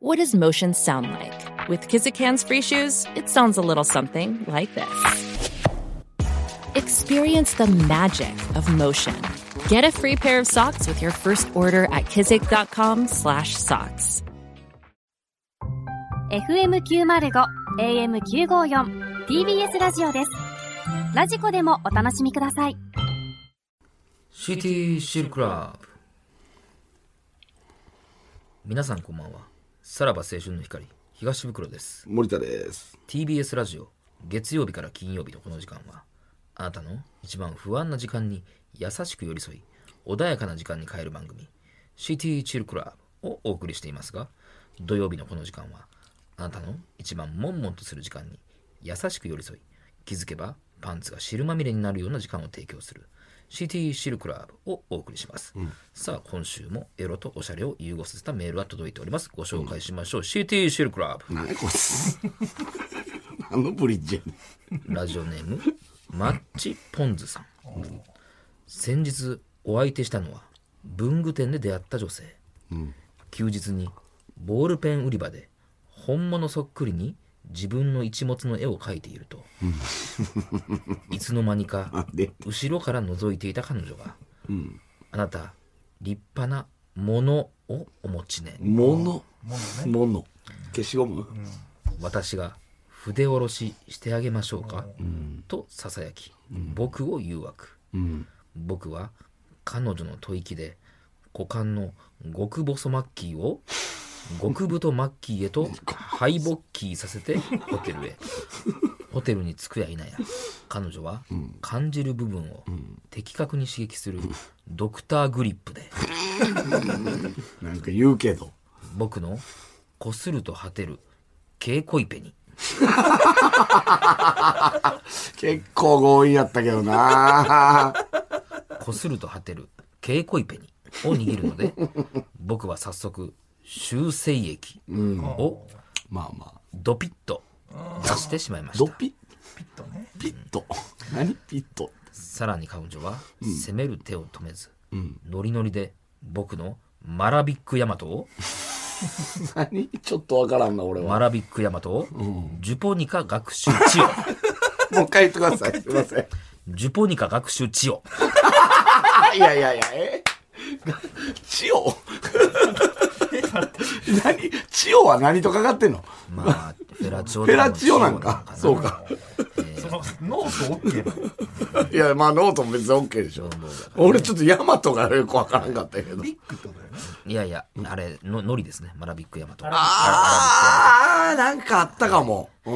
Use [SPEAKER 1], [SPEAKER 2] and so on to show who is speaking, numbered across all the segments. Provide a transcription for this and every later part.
[SPEAKER 1] What does motion sound like? With Kizikans free shoes, it sounds a little something like this. Experience the magic of motion. Get a free pair of socks with your first order at kizik.com/socks.
[SPEAKER 2] FM905 AM954 TBS ラジオです。ラジコでもお楽しみください。
[SPEAKER 3] シティシルクラブ皆さんこんばんはさらば青春の光東袋です
[SPEAKER 4] 森田です。
[SPEAKER 3] TBS ラジオ月曜日から金曜日のこの時間はあなたの一番不安な時間に優しく寄り添い穏やかな時間に変える番組「シティチルクラブ」をお送りしていますが土曜日のこの時間はあなたの一番悶々とする時間に優しく寄り添い気づけばパンツが汁まみれになるような時間を提供する「シティシルクラブ」をお送りします、さあ今週もエロとおしゃれを融合させたメールが届いておりますご紹介しましょう「シティシルクラブ」
[SPEAKER 4] 何やこいつ。 何のブリッジやねん
[SPEAKER 3] ラジオネームマッチポンズさん先日お相手したのは文具店で出会った女性、休日にボールペン売り場で本物そっくりに自分の一物の絵を描いているといつの間にか
[SPEAKER 4] で
[SPEAKER 3] 後ろから覗いていた彼女が「あなた立派なものをお持ちね」
[SPEAKER 4] もの。もの。消しゴム。
[SPEAKER 3] 私が筆下ろししてあげましょうか、とささやき、僕を誘惑、僕は彼女の吐息で股間の極細マッキーを極太マッキーへとハイボッキーさせてホテルへホテルに着くや否や彼女は感じる部分を的確に刺激するドクターグリップで
[SPEAKER 4] なんか言うけど。
[SPEAKER 3] 僕のこすると果てる軽コイペに
[SPEAKER 4] 結構強引やったけど な。
[SPEAKER 3] こすると果てる蛍光ペニを握るので僕は早速修正液を
[SPEAKER 4] まあまあ。
[SPEAKER 3] ドピッと出してしまいまし
[SPEAKER 4] ド
[SPEAKER 3] た
[SPEAKER 4] ピ。ピットね。ピット。何ピットって。
[SPEAKER 3] さらに彼女は攻める手を止めず、ノリノリで僕のマラビックヤマトを
[SPEAKER 4] 何ちょっとわからんな、俺
[SPEAKER 3] マ
[SPEAKER 4] は。
[SPEAKER 3] ラビックヤマトを、ジュポニカ学習地を
[SPEAKER 4] もう一回言ってください。すいません。
[SPEAKER 3] ジュポニカ学習地を
[SPEAKER 4] あ、いやいやいや、えチ オ何チオは何とかかってんの
[SPEAKER 3] まあフェラチオ
[SPEAKER 4] フ
[SPEAKER 3] で
[SPEAKER 4] ェ
[SPEAKER 3] も
[SPEAKER 4] ラチオなんか。
[SPEAKER 3] チオな
[SPEAKER 4] そうん
[SPEAKER 3] な
[SPEAKER 4] か。
[SPEAKER 5] そのノート OK な の
[SPEAKER 4] いや、まあ、ノートも別に OK でしょ。俺、ちょっとヤマトがよくわからんかったけど。
[SPEAKER 3] いやいやあれのノリですねマラビックヤマト
[SPEAKER 4] あー、なんかあったかも。う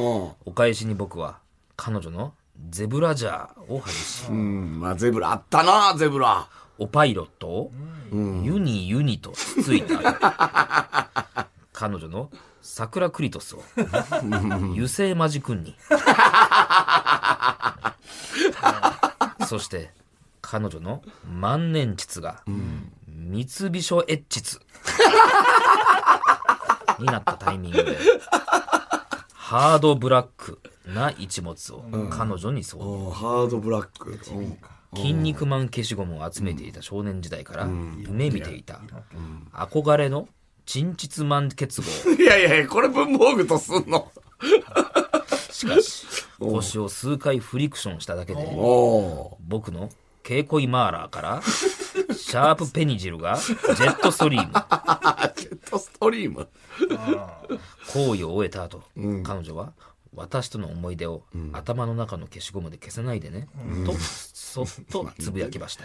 [SPEAKER 3] お返しに僕は彼女のゼブラジャーを外し、
[SPEAKER 4] ん。うん、まあ、ゼブラ、あったな、ゼブラ。
[SPEAKER 3] おパイロットをユニユニとつついた彼女の桜クリトスを油性マジ君にそして彼女の万年筆が三菱書越筆になったタイミングでハードブラックな一物を彼女にそう
[SPEAKER 4] うんハードブラック。
[SPEAKER 3] 筋肉マン消しゴムを集めていた少年時代から夢見ていた憧れの陳膣マン結合
[SPEAKER 4] うんいやいやいや、これ文房具とすんの。
[SPEAKER 3] しかし腰を数回フリクションしただけで
[SPEAKER 4] お
[SPEAKER 3] 僕の蛍光マーラーからシャープペニジルがジェットストリーム
[SPEAKER 4] ー。ジェットストリーム。
[SPEAKER 3] 行為を終えた後、彼女は私との思い出を頭の中の消しゴムで消さないでね、とそっとつぶやきました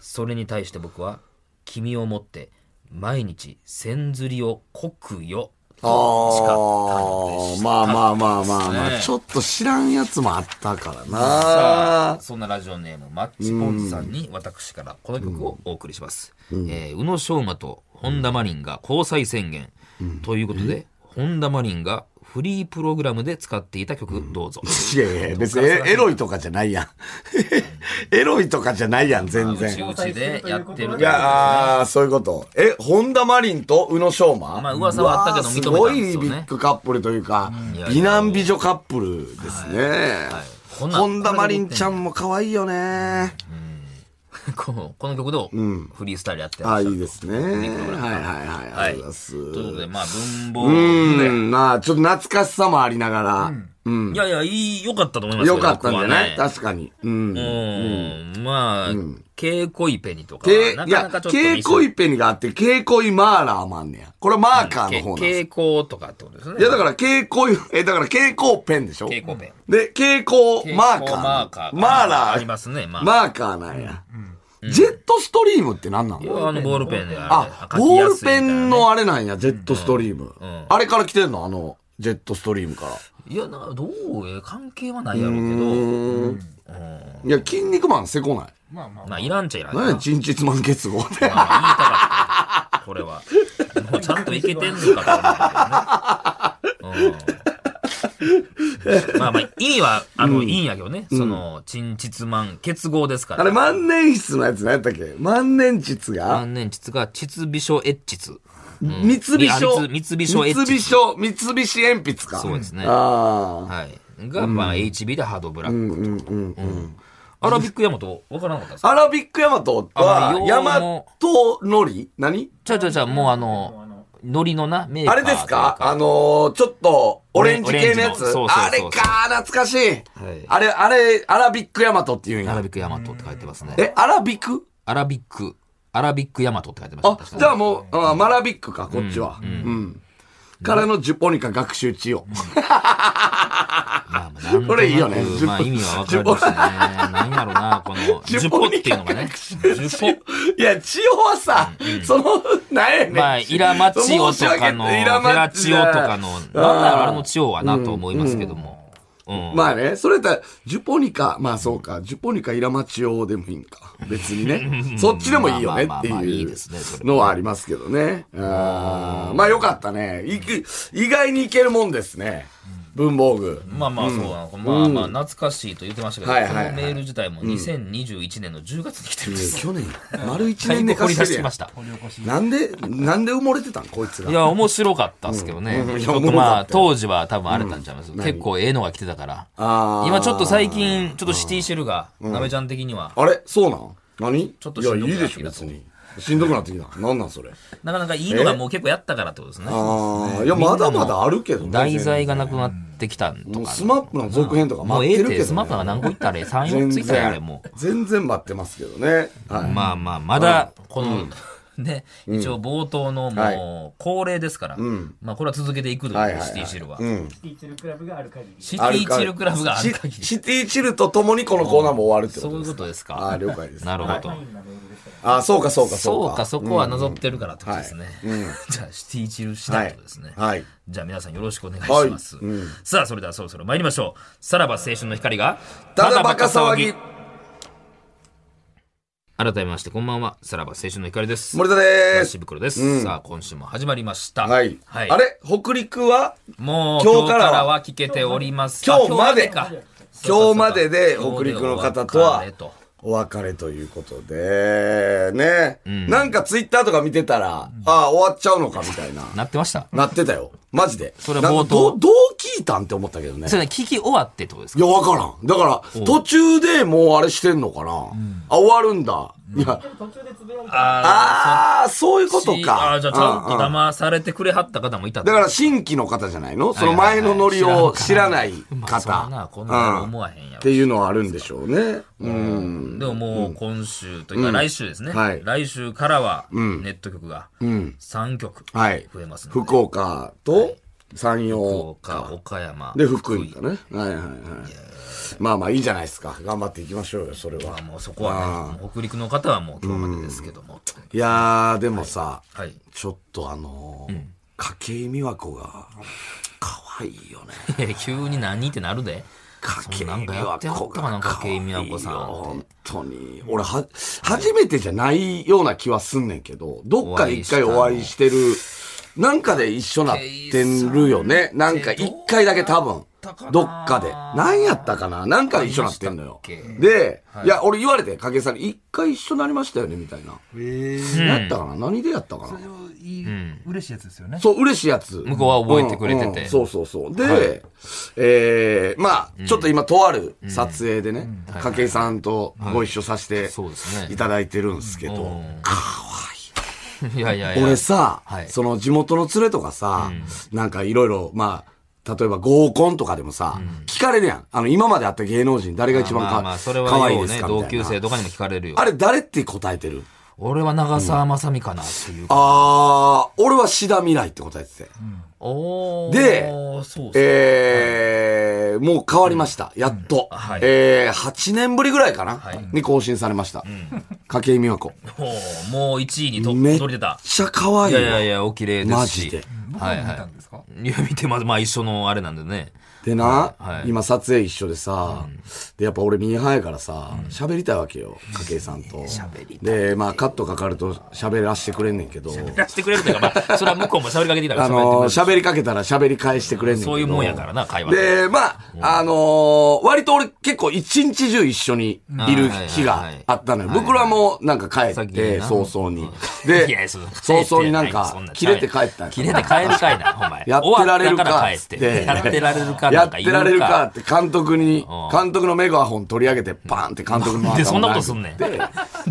[SPEAKER 3] それに対して僕は「君を持って毎日千ずりをこくよ」
[SPEAKER 4] あー。まあまあまあまあまあ、ちょっと知らんやつもあったから
[SPEAKER 3] さ
[SPEAKER 4] な
[SPEAKER 3] あ。そんなラジオネームマッチポンズさんに私からこの曲をお送りします、えー宇野昌磨と本田真凜が交際宣言、ということで本田真凜がフリープログラムで使っていた曲どうぞ、
[SPEAKER 4] いやい や、別にエエロいとかじゃないやん。 エロいとかじゃないやん、全然。
[SPEAKER 3] うちでやってる
[SPEAKER 4] いやあーそういうこと。え、本田マリンと宇野昌磨
[SPEAKER 3] まあ噂はあったけど認めたんですよね
[SPEAKER 4] うわーすごいビッグカップルというか
[SPEAKER 3] いや、
[SPEAKER 4] 美男美女カップルですね。
[SPEAKER 3] こんなん
[SPEAKER 4] 本田マリンちゃんも可愛いよね。
[SPEAKER 3] こうこの曲どう、フリースタイルやって
[SPEAKER 4] あ
[SPEAKER 3] らっ
[SPEAKER 4] あ、
[SPEAKER 3] しゃ
[SPEAKER 4] い
[SPEAKER 3] る
[SPEAKER 4] いですね。はいはいはい。ありがとうございます。
[SPEAKER 3] ということで、まあ、文
[SPEAKER 4] う
[SPEAKER 3] 房具
[SPEAKER 4] ん、まあ、ちょっと懐かしさもありながら、うん。
[SPEAKER 3] で。いやいや、いい、良かったと思いますよ。
[SPEAKER 4] よかったんじゃない、
[SPEAKER 3] 僕はね
[SPEAKER 4] 確かに。うん。
[SPEAKER 3] うん、まあ、ケイコイペニとか
[SPEAKER 4] けい、
[SPEAKER 3] は、なかな
[SPEAKER 4] や
[SPEAKER 3] かちょ、っと
[SPEAKER 4] け
[SPEAKER 3] ミ
[SPEAKER 4] い
[SPEAKER 3] ス。
[SPEAKER 4] こいペニがあって、けいこいマーラーもあんねや。これはマーカーの方なん
[SPEAKER 3] け
[SPEAKER 4] ですよ
[SPEAKER 3] 蛍光とかってことですね。
[SPEAKER 4] いや、だから、けいこい、え、だから、けいこうペンでしょ
[SPEAKER 3] 蛍光ペン。
[SPEAKER 4] で、蛍光マーカー。
[SPEAKER 3] マーカーが。
[SPEAKER 4] マーラー。
[SPEAKER 3] ありますね、まあ。
[SPEAKER 4] マーカーなんや。ジェットストリームって何なの
[SPEAKER 3] 要はあのボールペンであれ
[SPEAKER 4] あ、
[SPEAKER 3] 書き
[SPEAKER 4] ボ
[SPEAKER 3] や
[SPEAKER 4] ール
[SPEAKER 3] すいみた
[SPEAKER 4] ペ
[SPEAKER 3] いなね
[SPEAKER 4] ンのあれなんや、ジェットストリーム
[SPEAKER 3] んうん。
[SPEAKER 4] あれから来てんのあの、ジェットストリームから。
[SPEAKER 3] いや、などうえ関係はないやろうけど、
[SPEAKER 4] いや、筋肉マンせこない。
[SPEAKER 5] まあまあ、
[SPEAKER 3] まあ、いらんちゃいらん。
[SPEAKER 4] 何や、チンチツマン結合っ
[SPEAKER 3] まあ、言
[SPEAKER 4] て。
[SPEAKER 3] いたかった。これは。もうちゃんといけてんのかと思うんだけどね。うん。まあまあ、意味は、あの、いいんやけどね。その、陳膣満結合ですから。
[SPEAKER 4] あれ、万年筆のやつ何やったっけ万年筆が
[SPEAKER 3] 万年筆が秩美書越膣。
[SPEAKER 4] 三菱書。
[SPEAKER 3] 三菱書
[SPEAKER 4] 三菱書。三菱鉛筆か。
[SPEAKER 3] そうですね。は
[SPEAKER 4] ああ。
[SPEAKER 3] い。が、まあ、HB でハードブラックと。うん。アラビックヤマト、わからなかったですか
[SPEAKER 4] アラビックヤマト
[SPEAKER 3] あ
[SPEAKER 4] は
[SPEAKER 3] まあ、
[SPEAKER 4] ヤマトのり何
[SPEAKER 3] ちゃうちゃうちゃう、もうあの、ノリのな、メーカ
[SPEAKER 4] あ
[SPEAKER 3] ーとい
[SPEAKER 4] れ
[SPEAKER 3] う。
[SPEAKER 4] ですかあのー、ちょっと、オレンジ系のや
[SPEAKER 3] オレン
[SPEAKER 4] つ
[SPEAKER 3] ジのそうそうそうそう
[SPEAKER 4] あれか懐かしい
[SPEAKER 3] はい。
[SPEAKER 4] あれ、あれ、アラビックヤマトっていうん
[SPEAKER 3] アラ
[SPEAKER 4] や。
[SPEAKER 3] ビックヤマトって書いてますね。
[SPEAKER 4] え、アラビック
[SPEAKER 3] アラビック、アラビックヤマトって書いてました。
[SPEAKER 4] あ、じゃあもう、あマラビックか、こっちは。うん。からのジュポニカ学習治療。
[SPEAKER 3] まあまあなんとなく
[SPEAKER 4] これいいよね
[SPEAKER 3] まあ意味はわかりますね。なんやろうな、この、
[SPEAKER 4] ジ
[SPEAKER 3] ジ
[SPEAKER 4] ュ
[SPEAKER 3] ュ
[SPEAKER 4] ポ
[SPEAKER 3] ポ
[SPEAKER 4] に
[SPEAKER 3] っていうの がね。ジュポ。
[SPEAKER 4] いや、治療はさ、その、なんやねん。
[SPEAKER 3] まあ、イラマチオとかの、
[SPEAKER 4] 申し訳
[SPEAKER 3] ヘ
[SPEAKER 4] イラマ
[SPEAKER 3] ラチオとかの、なんだろう、あれのチオはなと思いますけども。うん。
[SPEAKER 4] まあね、それだったら、ジュポニカ、まあそうか、ジュポニカイラマチオでもいいんか。別に ね。そっちでもいいよねって
[SPEAKER 3] まあまあまあまあい
[SPEAKER 4] い
[SPEAKER 3] いうですねそれ
[SPEAKER 4] のはありますけどね。あーまあよかったね。いく意外にいけるもんですね。文房具。
[SPEAKER 3] まあまあそうなのか、まあまあ懐かしいと言ってましたけど、
[SPEAKER 4] はいはいはい
[SPEAKER 3] このメール自体も2021年の10月に来てるんですよ。
[SPEAKER 4] 去年、丸一
[SPEAKER 3] だい
[SPEAKER 4] 年
[SPEAKER 3] ぶ
[SPEAKER 4] 寝か
[SPEAKER 3] 掘り
[SPEAKER 4] して
[SPEAKER 3] 出し
[SPEAKER 4] る
[SPEAKER 3] て
[SPEAKER 4] や
[SPEAKER 3] き
[SPEAKER 4] ん
[SPEAKER 3] ました。
[SPEAKER 4] なんで、なんで埋もれてたんこいつら。
[SPEAKER 3] いや、面白かったですけどね。
[SPEAKER 4] うん
[SPEAKER 3] ちょっとまあ、当時は多分あれたんちゃいます、結構ええのが来てたから。
[SPEAKER 4] あー
[SPEAKER 3] 今ちょっと最近、ちょっとシティシェルが、なべちゃん的には、
[SPEAKER 4] あれそうなん何ち
[SPEAKER 3] ょっとしんどくなっ
[SPEAKER 4] い
[SPEAKER 3] てき
[SPEAKER 4] や、いい
[SPEAKER 3] た
[SPEAKER 4] でしょ、別に。しんどくなってきた。なんなんそれ。
[SPEAKER 3] なかなかいいのがもう結構やったからってことですね。
[SPEAKER 4] ああ、いや、まだまだあるけどね。
[SPEAKER 3] 題材がなくなってきたんと
[SPEAKER 4] もう
[SPEAKER 3] か。
[SPEAKER 4] スマップの続編とか
[SPEAKER 3] もう
[SPEAKER 4] 待
[SPEAKER 3] ええ
[SPEAKER 4] って
[SPEAKER 3] っ
[SPEAKER 4] るけど、
[SPEAKER 3] て、
[SPEAKER 4] ね。
[SPEAKER 3] スマップが何個いったらええ ?3、
[SPEAKER 4] 全
[SPEAKER 3] 4ついったらええあれ
[SPEAKER 4] 然
[SPEAKER 3] もう。、
[SPEAKER 4] 全然待ってますけどね。はい。
[SPEAKER 3] まあまあ、まだ、この、 ね、一応冒頭の
[SPEAKER 4] は
[SPEAKER 3] もう、恒例ですから、まあこれは続けていくと
[SPEAKER 4] はい
[SPEAKER 3] い
[SPEAKER 4] は
[SPEAKER 3] う、
[SPEAKER 4] いはい
[SPEAKER 3] シティシェルは。
[SPEAKER 4] うん。
[SPEAKER 5] シティチルクラブがある限り。
[SPEAKER 3] シティチルクラブがある
[SPEAKER 4] シ
[SPEAKER 3] 限り。
[SPEAKER 4] シティチルと共にこのコーナーも終わるってこ
[SPEAKER 3] そう
[SPEAKER 4] と
[SPEAKER 3] いう
[SPEAKER 4] です
[SPEAKER 3] こ
[SPEAKER 4] か。
[SPEAKER 3] とです
[SPEAKER 4] ああ、
[SPEAKER 3] か。
[SPEAKER 4] 了解で す。
[SPEAKER 3] なるほど。
[SPEAKER 4] ああ、そうか、そうか、
[SPEAKER 3] そ
[SPEAKER 4] そうう
[SPEAKER 3] か、
[SPEAKER 4] か。
[SPEAKER 3] そこはなぞってるからってことですね。 じゃあ、シティチルしない
[SPEAKER 4] は
[SPEAKER 3] って
[SPEAKER 4] い
[SPEAKER 3] ことですね。。
[SPEAKER 4] はい。
[SPEAKER 3] じゃあ皆さんよろしくお願いします。
[SPEAKER 4] はいうん
[SPEAKER 3] さあ、それではそろそろ参りましょう。さらば青春の光が、
[SPEAKER 4] ただバカ騒ぎ、
[SPEAKER 3] 改めまして、こんばんは。さらば青春の光です。
[SPEAKER 4] 森田で
[SPEAKER 3] し
[SPEAKER 4] す。
[SPEAKER 3] ぶくろです、さあ、今週も始まりました。
[SPEAKER 4] はい。あれ北陸は
[SPEAKER 3] もう
[SPEAKER 4] 今
[SPEAKER 3] 今日
[SPEAKER 4] 日か
[SPEAKER 3] から
[SPEAKER 4] は
[SPEAKER 3] らは聞けております。
[SPEAKER 4] 今日
[SPEAKER 3] あ
[SPEAKER 4] まで
[SPEAKER 3] か。
[SPEAKER 4] 今日まで
[SPEAKER 3] そ
[SPEAKER 4] で
[SPEAKER 3] うかそうか
[SPEAKER 4] 北陸の方と
[SPEAKER 3] 今
[SPEAKER 4] は
[SPEAKER 3] 日でお別れと
[SPEAKER 4] お別れということで、ね。なんかツイッターとか見てたら、ああ、終わっちゃうのかみたいな。
[SPEAKER 3] なってました。
[SPEAKER 4] なってたよ。マジで。
[SPEAKER 3] それ
[SPEAKER 4] なんか
[SPEAKER 3] 冒頭
[SPEAKER 4] どう、どう聞いたんって思ったけどね
[SPEAKER 3] そ。れね、聞き終わってってことです
[SPEAKER 4] い
[SPEAKER 3] か
[SPEAKER 4] や、わからん。だから、途中でもうあれしてんのかな。あ、終わるんだ。いや、
[SPEAKER 3] あ
[SPEAKER 4] あー、そういうことか。
[SPEAKER 3] あーじゃあちゃん
[SPEAKER 4] う
[SPEAKER 3] と
[SPEAKER 4] んうん
[SPEAKER 3] 騙されてくれはった方もいた
[SPEAKER 4] だから新規の方じゃないのその
[SPEAKER 3] はい
[SPEAKER 4] 前
[SPEAKER 3] はいは
[SPEAKER 4] の
[SPEAKER 3] い
[SPEAKER 4] ノリを知らない
[SPEAKER 3] まあそんな
[SPEAKER 4] 方。
[SPEAKER 3] こんなの
[SPEAKER 4] うん
[SPEAKER 3] 思わへんや
[SPEAKER 4] っ
[SPEAKER 3] ろ
[SPEAKER 4] て。いうのはあるんでしょうね。うん。
[SPEAKER 3] でももう今週というか来週ですね。
[SPEAKER 4] はい
[SPEAKER 3] 来週からはネット局が3局
[SPEAKER 4] はい。
[SPEAKER 3] 増えますので、
[SPEAKER 4] 福岡と山陽
[SPEAKER 3] 福岡、岡山。
[SPEAKER 4] で福井だね。はいはいはい。まあまあいいじゃないですか。頑張っていきましょうよ、それは
[SPEAKER 3] まあ。もうそこはね、もう北陸の方はもう今日までですけども。
[SPEAKER 4] いやー、でもさ、
[SPEAKER 3] はい。
[SPEAKER 4] ちょっとあのー、筧美和子が、可愛いよね。
[SPEAKER 3] いや急に何ってなるで。
[SPEAKER 4] 筧
[SPEAKER 3] そんなん
[SPEAKER 4] 美
[SPEAKER 3] かや
[SPEAKER 4] 和
[SPEAKER 3] っては
[SPEAKER 4] 子
[SPEAKER 3] っ
[SPEAKER 4] が
[SPEAKER 3] たかな
[SPEAKER 4] 可愛い
[SPEAKER 3] 筧美和子さん
[SPEAKER 4] よ
[SPEAKER 3] って
[SPEAKER 4] 本当に。俺は、初めてじゃないような気はすんねんけど、どっかで一回お会いしてる、なんかで一緒なってるよね。なんか一回だけ多分。
[SPEAKER 3] ったかな
[SPEAKER 4] どっかで。何やったかななんか一緒になってんのよ
[SPEAKER 3] ありましたっ。け
[SPEAKER 4] で、
[SPEAKER 3] はい
[SPEAKER 4] い、や、俺言われて、影さんに、一回一緒になりましたよね、みたいな。
[SPEAKER 5] ええ
[SPEAKER 4] 何やったかな何でやったかな
[SPEAKER 5] それをいい、嬉しいやつですよね。
[SPEAKER 4] そう、嬉しいやつ。
[SPEAKER 3] 向こうは覚えてくれてて
[SPEAKER 4] うんうんそうそうそう。で、えー、まあ、ちょっと今、とある撮影でね、筧さんとご一緒させて
[SPEAKER 3] そうですね
[SPEAKER 4] いただいてるんですけど、
[SPEAKER 3] いやいやいや。
[SPEAKER 4] 俺さ、
[SPEAKER 3] はい
[SPEAKER 4] その地元の連れとかさ、なんかいろいろ、まあ、例えば合コンとかでもさ、聞かれるやん。あの、今まで会った芸能人、誰が一番
[SPEAKER 3] まあ
[SPEAKER 4] か、
[SPEAKER 3] まあ、それは
[SPEAKER 4] 可愛い
[SPEAKER 3] よう
[SPEAKER 4] です
[SPEAKER 3] ね、
[SPEAKER 4] かみ
[SPEAKER 3] 同
[SPEAKER 4] たい
[SPEAKER 3] 級
[SPEAKER 4] な。
[SPEAKER 3] 生とかにも聞かれるよ。
[SPEAKER 4] あれ、誰って答えてる
[SPEAKER 3] 俺は長澤まさみかなっていう。
[SPEAKER 4] あー、俺は志田未来って答えてて。
[SPEAKER 3] おー
[SPEAKER 4] で
[SPEAKER 3] そうそう
[SPEAKER 4] えーもう変わりました。やっと。
[SPEAKER 3] うんはい
[SPEAKER 4] えー、8年ぶりぐらいかな、
[SPEAKER 3] はい
[SPEAKER 4] に更新されました。筧美和子。
[SPEAKER 3] ほうもう1位にと
[SPEAKER 4] めっ
[SPEAKER 3] 取り出た。
[SPEAKER 4] ちゃ可愛
[SPEAKER 3] い
[SPEAKER 4] いわ
[SPEAKER 3] やいやいや、お綺麗ですし。
[SPEAKER 4] マジで。
[SPEAKER 3] はい
[SPEAKER 5] 見た
[SPEAKER 3] は
[SPEAKER 5] んですか
[SPEAKER 3] い。いや、見てます。まあ一緒のあれなんでね。
[SPEAKER 4] でな、
[SPEAKER 3] はい
[SPEAKER 4] 今撮影一緒でさ、で、やっぱ俺ミーハーやからさ、喋、りたいわけよ、筧さんと。で、まあカットかかると喋らしてくれんねんけど、
[SPEAKER 3] 出してくれるというか、まあ、 それは向こうも喋りかけていたから
[SPEAKER 4] あ
[SPEAKER 3] 喋ってくれるで
[SPEAKER 4] の
[SPEAKER 3] しょ
[SPEAKER 4] ー、喋りかけたら喋り返してくれんねんけど。
[SPEAKER 3] そういうもんやからな、会話って。
[SPEAKER 4] で、まあ、あのー割と俺結構一日中一緒にいる日があったのよ。
[SPEAKER 3] うん
[SPEAKER 4] 僕らもなんか帰っ
[SPEAKER 3] 先に
[SPEAKER 4] て、
[SPEAKER 3] な
[SPEAKER 4] 早々
[SPEAKER 3] い
[SPEAKER 4] に。
[SPEAKER 3] や
[SPEAKER 4] で、
[SPEAKER 3] その
[SPEAKER 4] 早々になん
[SPEAKER 3] そ
[SPEAKER 4] か
[SPEAKER 3] ん、
[SPEAKER 4] 切れて帰ったんや
[SPEAKER 3] 切れて帰るかいな、お前。
[SPEAKER 4] やってられる
[SPEAKER 3] 終わ
[SPEAKER 4] か
[SPEAKER 3] っ
[SPEAKER 4] っつ
[SPEAKER 3] た
[SPEAKER 4] っ。
[SPEAKER 3] から帰ってて。やってられるか
[SPEAKER 4] や
[SPEAKER 3] なん
[SPEAKER 4] っ
[SPEAKER 3] か
[SPEAKER 4] て
[SPEAKER 3] 言う
[SPEAKER 4] られるかって監督に
[SPEAKER 3] うん、
[SPEAKER 4] 監督のメガホン取り上げて、バーンって監督 の
[SPEAKER 3] なんでそんなこと
[SPEAKER 4] 頭を殴って
[SPEAKER 3] すん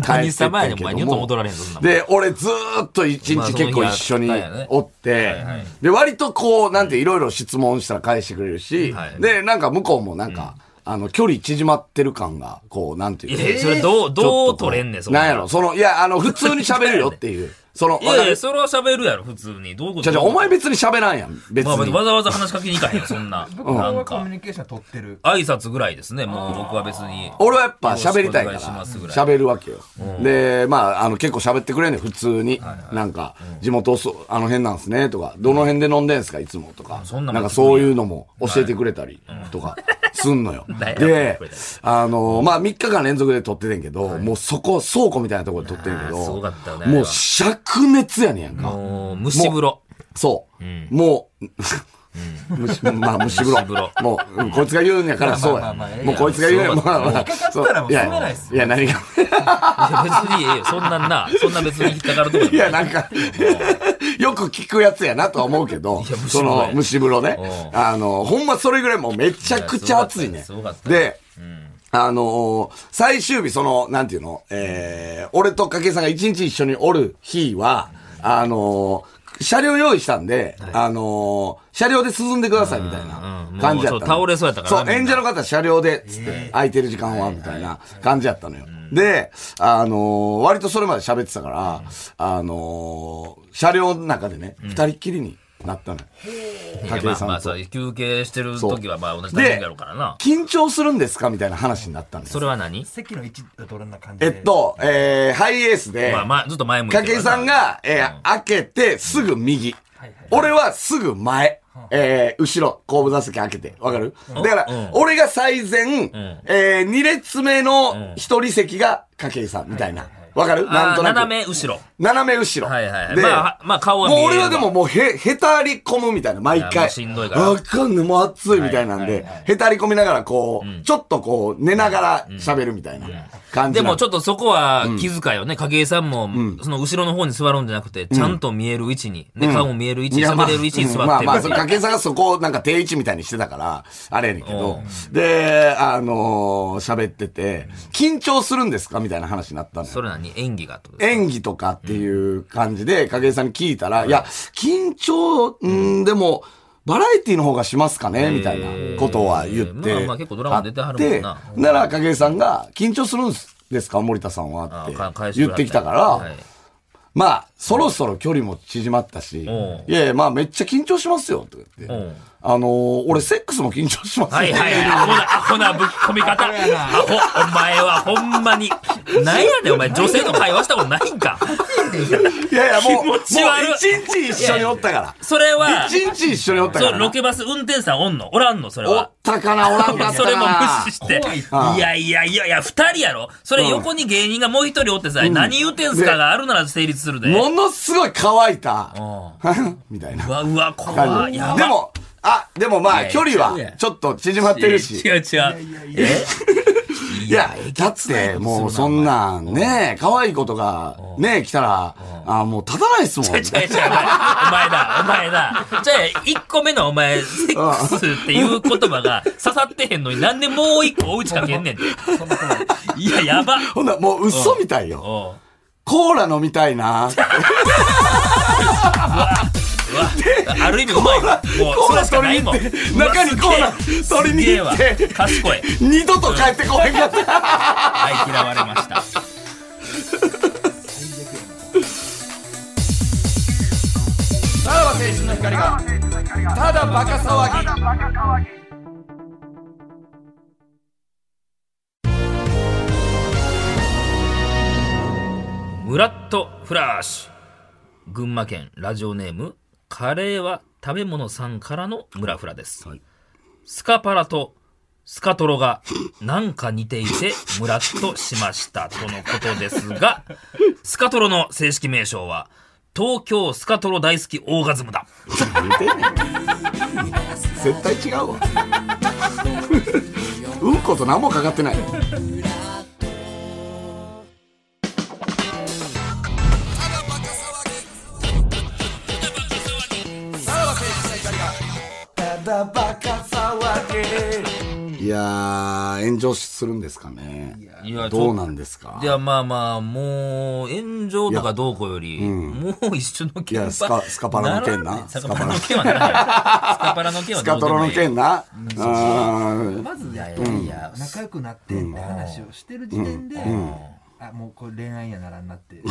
[SPEAKER 3] ねん何様やねん、お前。
[SPEAKER 4] 帰
[SPEAKER 3] 二度と
[SPEAKER 4] ってったけども
[SPEAKER 3] 戻られへんぞ、そんなもん。
[SPEAKER 4] で、俺ずーっと一日結構一緒に
[SPEAKER 3] まあその日あったよね
[SPEAKER 4] おって、で、割とこう、なんていろいろ質問したら返してくれるし、
[SPEAKER 3] はい
[SPEAKER 4] で、なんか向こうもなんか、あの、距離縮まってる感が、こう、なんていうの
[SPEAKER 3] え、それどう、
[SPEAKER 4] ちょっとこ
[SPEAKER 3] どう取れんねん、そん
[SPEAKER 4] なん
[SPEAKER 3] な
[SPEAKER 4] やろ、その、いや、あの、普通に喋るよっていう、その、
[SPEAKER 3] いやいや、
[SPEAKER 4] じ
[SPEAKER 3] それは喋るやろ、普通に。どういうこ
[SPEAKER 4] ゃ
[SPEAKER 3] と
[SPEAKER 4] じゃお前別に喋らんやん、別
[SPEAKER 3] まあ、わ
[SPEAKER 4] に。
[SPEAKER 3] ざわざ話しかけに行かへんよ、そんな。
[SPEAKER 5] 僕ら
[SPEAKER 3] なん
[SPEAKER 5] はコミュ
[SPEAKER 3] か、
[SPEAKER 5] ニケーション取ってる。
[SPEAKER 3] 挨拶ぐらいですね、もう僕は別に。
[SPEAKER 4] 俺はやっぱ喋りたいか
[SPEAKER 3] よろ
[SPEAKER 4] ら、
[SPEAKER 3] しくお願いしますぐらい
[SPEAKER 4] 喋るわけよ。で、まあ、あの、結構喋ってくれんねん普通に。なんか、地元そ、あの辺なんすね、とか、どの辺で飲んでんすか、いつも、とか。
[SPEAKER 3] そんな
[SPEAKER 4] なん
[SPEAKER 3] もん
[SPEAKER 4] かそういうのも教えてくれたり、とか、すんの よ。で、あの、まあ、3日間連続で撮っててんけど、もうそこ、倉庫みたいなところで撮ってんけ
[SPEAKER 3] あーすご
[SPEAKER 4] ど
[SPEAKER 3] かったよね、
[SPEAKER 4] もう灼熱やねんやんか。
[SPEAKER 3] もう、蒸し風呂。
[SPEAKER 4] そう。もう、 虫まあ、虫風
[SPEAKER 3] 虫風
[SPEAKER 4] 呂
[SPEAKER 3] 呂。
[SPEAKER 4] もううん、こいつが言うんやから、そう
[SPEAKER 5] まあ
[SPEAKER 4] や
[SPEAKER 5] まあまあまあ。
[SPEAKER 4] もうこいつが言うんや、まあまあ。
[SPEAKER 5] かかったらもう
[SPEAKER 4] いや
[SPEAKER 5] 住めないっす
[SPEAKER 4] いや、何
[SPEAKER 3] い
[SPEAKER 4] が。
[SPEAKER 3] や別にええよ、そんなんな、そんな別に引っかかるとこ
[SPEAKER 4] い
[SPEAKER 3] じゃ
[SPEAKER 4] や、
[SPEAKER 3] ない
[SPEAKER 4] なんか、 よく聞くやつやなとは思うけど、
[SPEAKER 3] や
[SPEAKER 4] その、
[SPEAKER 3] 虫
[SPEAKER 4] 虫風呂ね
[SPEAKER 3] う。ん
[SPEAKER 4] あの、ほんまそれぐらいもうめちゃくちゃ暑い
[SPEAKER 3] いや
[SPEAKER 4] ね
[SPEAKER 3] すごかっ。た
[SPEAKER 4] で、あのー最終日、その、なんていうの、えー、俺と筧さんが一日一緒におる日は、あのー車両用意したんで、あのー車両で進んでくださいみたいな
[SPEAKER 3] うんうん
[SPEAKER 4] 感じやったの
[SPEAKER 3] もうそう倒れそうやったからな
[SPEAKER 4] そう、
[SPEAKER 3] みん
[SPEAKER 4] 演
[SPEAKER 3] な
[SPEAKER 4] 者の方車両で、つって、空いてる時間は、みたいな感じやったのよ。で、あのー割とそれまで喋ってたから、あのー車両の中でね、二、人っきりになったのよ。
[SPEAKER 3] いや
[SPEAKER 4] 筧
[SPEAKER 3] まあま
[SPEAKER 4] さん
[SPEAKER 3] あ
[SPEAKER 4] と
[SPEAKER 3] さ。、休憩してる時はまあ同じタイミングやろうからな。
[SPEAKER 4] 緊張するんですかみたいな話になったんです
[SPEAKER 3] それは何
[SPEAKER 5] 席の位置はどんな感じ
[SPEAKER 4] え
[SPEAKER 5] で
[SPEAKER 4] っ、と、えー、ハイエースで、
[SPEAKER 3] まあまあ、ずっと前向いてる
[SPEAKER 4] 筧さんが、えー開けて、すぐ右。俺はすぐ前。えー、後ろ、後部座席開けて。わかるだから
[SPEAKER 3] うん、
[SPEAKER 4] 俺が最前、えー、2列目の一人席が筧さんみたいな。わかる
[SPEAKER 3] な
[SPEAKER 4] なんん
[SPEAKER 3] と
[SPEAKER 4] となく。
[SPEAKER 3] 斜め後ろ。
[SPEAKER 4] 斜め後ろ。
[SPEAKER 3] はいはいはい。
[SPEAKER 4] で、
[SPEAKER 3] まあ、まあ顔は見え
[SPEAKER 4] もう
[SPEAKER 3] るわ
[SPEAKER 4] 俺はでも、もうへ、へたり込むみたいな、毎
[SPEAKER 3] いやもう
[SPEAKER 4] 回。
[SPEAKER 3] しんどいから
[SPEAKER 4] わかんねもう暑いみたいなんで、へたり込みながらこう、ちょっとこう、寝ながら喋るみたいな感じ
[SPEAKER 3] で
[SPEAKER 4] なの。
[SPEAKER 3] もちょっとそこは気遣いよね。筧さんも、その後ろの方に座るんじゃなくて、ちゃんと見える位置に、ね、顔も見える位置、
[SPEAKER 4] いや
[SPEAKER 3] 喋
[SPEAKER 4] まあ
[SPEAKER 3] れる位置に座
[SPEAKER 4] うんま
[SPEAKER 3] っ
[SPEAKER 4] あ
[SPEAKER 3] て
[SPEAKER 4] まあ、そ
[SPEAKER 3] る。
[SPEAKER 4] かけさんがそこをなんか定位置みたいにしてたから、あれやねんけど。で、あのー喋ってて、緊張するんですかみたいな話になったのよ
[SPEAKER 3] それなに演技がってことですか
[SPEAKER 4] 演技とかっていう感じで、影井さんに聞いたら、いや、緊張、うん、でも、バラエティの方がしますかねみたいなことは言って。
[SPEAKER 3] まあまあ結構ドラマ出てはるもんな
[SPEAKER 4] あってなら、影井さんが、緊張するんですか森田さんは
[SPEAKER 3] あか
[SPEAKER 4] っ
[SPEAKER 3] 返
[SPEAKER 4] て
[SPEAKER 3] して
[SPEAKER 4] 言
[SPEAKER 3] く
[SPEAKER 4] っ
[SPEAKER 3] れ
[SPEAKER 4] てきたから、
[SPEAKER 3] はい
[SPEAKER 4] まあ、そろそろ距離も縮まったし、
[SPEAKER 3] うん
[SPEAKER 4] いやいや、まあ、めっちゃ緊張しますよ、とか言って。
[SPEAKER 3] うん
[SPEAKER 4] あのー俺、セックスも緊張しますよ。
[SPEAKER 3] はいはいはい。アホな、アホなぶっ込み方。アホ、お前はほんまに。なんやねん、お前。女性と会話したことないんか。
[SPEAKER 4] いやいや、もう、
[SPEAKER 3] 気
[SPEAKER 4] もう
[SPEAKER 3] 持
[SPEAKER 4] 一
[SPEAKER 3] ち悪い
[SPEAKER 4] 日一緒におったか
[SPEAKER 3] それ
[SPEAKER 4] ら。
[SPEAKER 3] は、
[SPEAKER 4] 一日一緒におったか
[SPEAKER 3] そ
[SPEAKER 4] ら
[SPEAKER 3] う、
[SPEAKER 4] な。
[SPEAKER 3] ロケバス運転手さんおんのおらんのそれ
[SPEAKER 4] おっ
[SPEAKER 3] は。
[SPEAKER 4] たかな、おらんかったかな。
[SPEAKER 3] それも無視して
[SPEAKER 5] 怖いって。
[SPEAKER 4] ああ
[SPEAKER 3] いやいやいやいや、二人やろそれ横に芸人がもう一人おってさ、何言うてんすかがあるなら成立するで。
[SPEAKER 4] ものすごい乾いた
[SPEAKER 3] う。ん
[SPEAKER 4] みたいな
[SPEAKER 3] う。わ、うわ、
[SPEAKER 4] 感
[SPEAKER 3] 怖い。
[SPEAKER 4] じ
[SPEAKER 3] やば
[SPEAKER 4] で、も、あ、でも
[SPEAKER 3] い
[SPEAKER 4] まあ、
[SPEAKER 3] や
[SPEAKER 4] 距離
[SPEAKER 3] いや
[SPEAKER 4] はちょっと縮まってるし。
[SPEAKER 3] 違う違う。え
[SPEAKER 4] いや、だって、もうそんなんね、可愛い子とかね、来たら、あもう立たないっすもん。
[SPEAKER 3] 違う違う、お前お前だ、お前だ。じゃあ、一個目のお前、セックスっていう言葉が刺さってへんのに、なんでもう一個追い打ちかけんねんて。いや、やば。
[SPEAKER 4] ほんならもう嘘みたいよ。
[SPEAKER 3] おう
[SPEAKER 4] コーラ飲みたいな。
[SPEAKER 3] うわ、ある意味うまいわ。もう、
[SPEAKER 4] コ
[SPEAKER 3] そ
[SPEAKER 4] ー
[SPEAKER 3] れ
[SPEAKER 4] ラ
[SPEAKER 3] しか
[SPEAKER 4] 取
[SPEAKER 3] な
[SPEAKER 4] り
[SPEAKER 3] い
[SPEAKER 4] に
[SPEAKER 3] も
[SPEAKER 4] 行
[SPEAKER 3] ん。
[SPEAKER 4] って、中にコーラ取りに行っ
[SPEAKER 3] すげえ
[SPEAKER 4] て
[SPEAKER 3] わ、賢い。
[SPEAKER 4] 二度と帰ってこへんかった。
[SPEAKER 3] はい、嫌われました。
[SPEAKER 4] さらば青春の光がただバカ騒ぎ
[SPEAKER 3] ムラッとフラッシュ群馬県ラジオネームカレーは食べ物さんからのムラフラです、スカパラとスカトロが なんか似ていてムラッとしましたとのことですが スカトロの正式名称は東京スカトロ大好きオーガズムだ
[SPEAKER 4] 絶対違うわうんこと何もかかってないいやー炎上するんですかね
[SPEAKER 3] いや
[SPEAKER 4] どうなんですか
[SPEAKER 3] いやまあまあもう炎上とかどうこうより、もう一緒の件
[SPEAKER 4] い やスカスカパラの件な
[SPEAKER 3] スカパラの件はないスカパラの件はど
[SPEAKER 4] スカ
[SPEAKER 3] うで
[SPEAKER 4] ト
[SPEAKER 3] も
[SPEAKER 4] ロ
[SPEAKER 3] い
[SPEAKER 4] の
[SPEAKER 3] い
[SPEAKER 4] 件なうん
[SPEAKER 5] まず
[SPEAKER 3] いや
[SPEAKER 5] ね
[SPEAKER 3] いやいや、
[SPEAKER 5] 仲良くなってって話をしてる時点で、あもうこれ恋愛やならん なって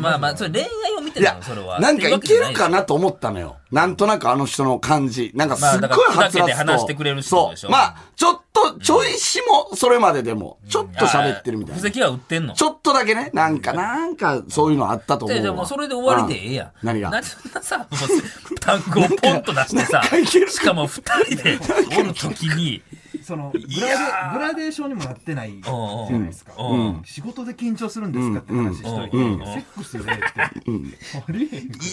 [SPEAKER 3] まあまあ、それ恋愛を見て
[SPEAKER 4] い
[SPEAKER 3] た
[SPEAKER 4] や
[SPEAKER 3] の、それは。、
[SPEAKER 4] なんかいけるか
[SPEAKER 3] な
[SPEAKER 4] なと思ったのよ。なんとなくあの人の感じ。なんかすっご
[SPEAKER 3] ま
[SPEAKER 4] い
[SPEAKER 3] あだから
[SPEAKER 4] はつら
[SPEAKER 3] 砕
[SPEAKER 4] つと。
[SPEAKER 3] けて話してくれる人
[SPEAKER 4] そ
[SPEAKER 3] でしょ
[SPEAKER 4] う。まあ、ちょっと、ちょいしも、それまででも、ちょっと喋ってるみたい
[SPEAKER 3] 布
[SPEAKER 4] な。
[SPEAKER 3] 石は売ってんの。
[SPEAKER 4] ちょっとだけね、なんか、なんか、そういうのあったと
[SPEAKER 3] じ
[SPEAKER 4] 思
[SPEAKER 3] ゃあ
[SPEAKER 4] う
[SPEAKER 3] じゃ
[SPEAKER 4] わ。
[SPEAKER 3] あもうそれで終わりでええやん。
[SPEAKER 4] うん何が
[SPEAKER 3] なんでそんなさ、もう単語をポンと出してさ
[SPEAKER 4] なんかいけ、る
[SPEAKER 3] しかも二人でおるときに、
[SPEAKER 5] そのグラデグラデーションにもなってないじゃないですか、
[SPEAKER 3] うんうん
[SPEAKER 5] 仕事で緊張するんですかって話しといて、
[SPEAKER 3] うん
[SPEAKER 5] セックスでって、あれ
[SPEAKER 3] い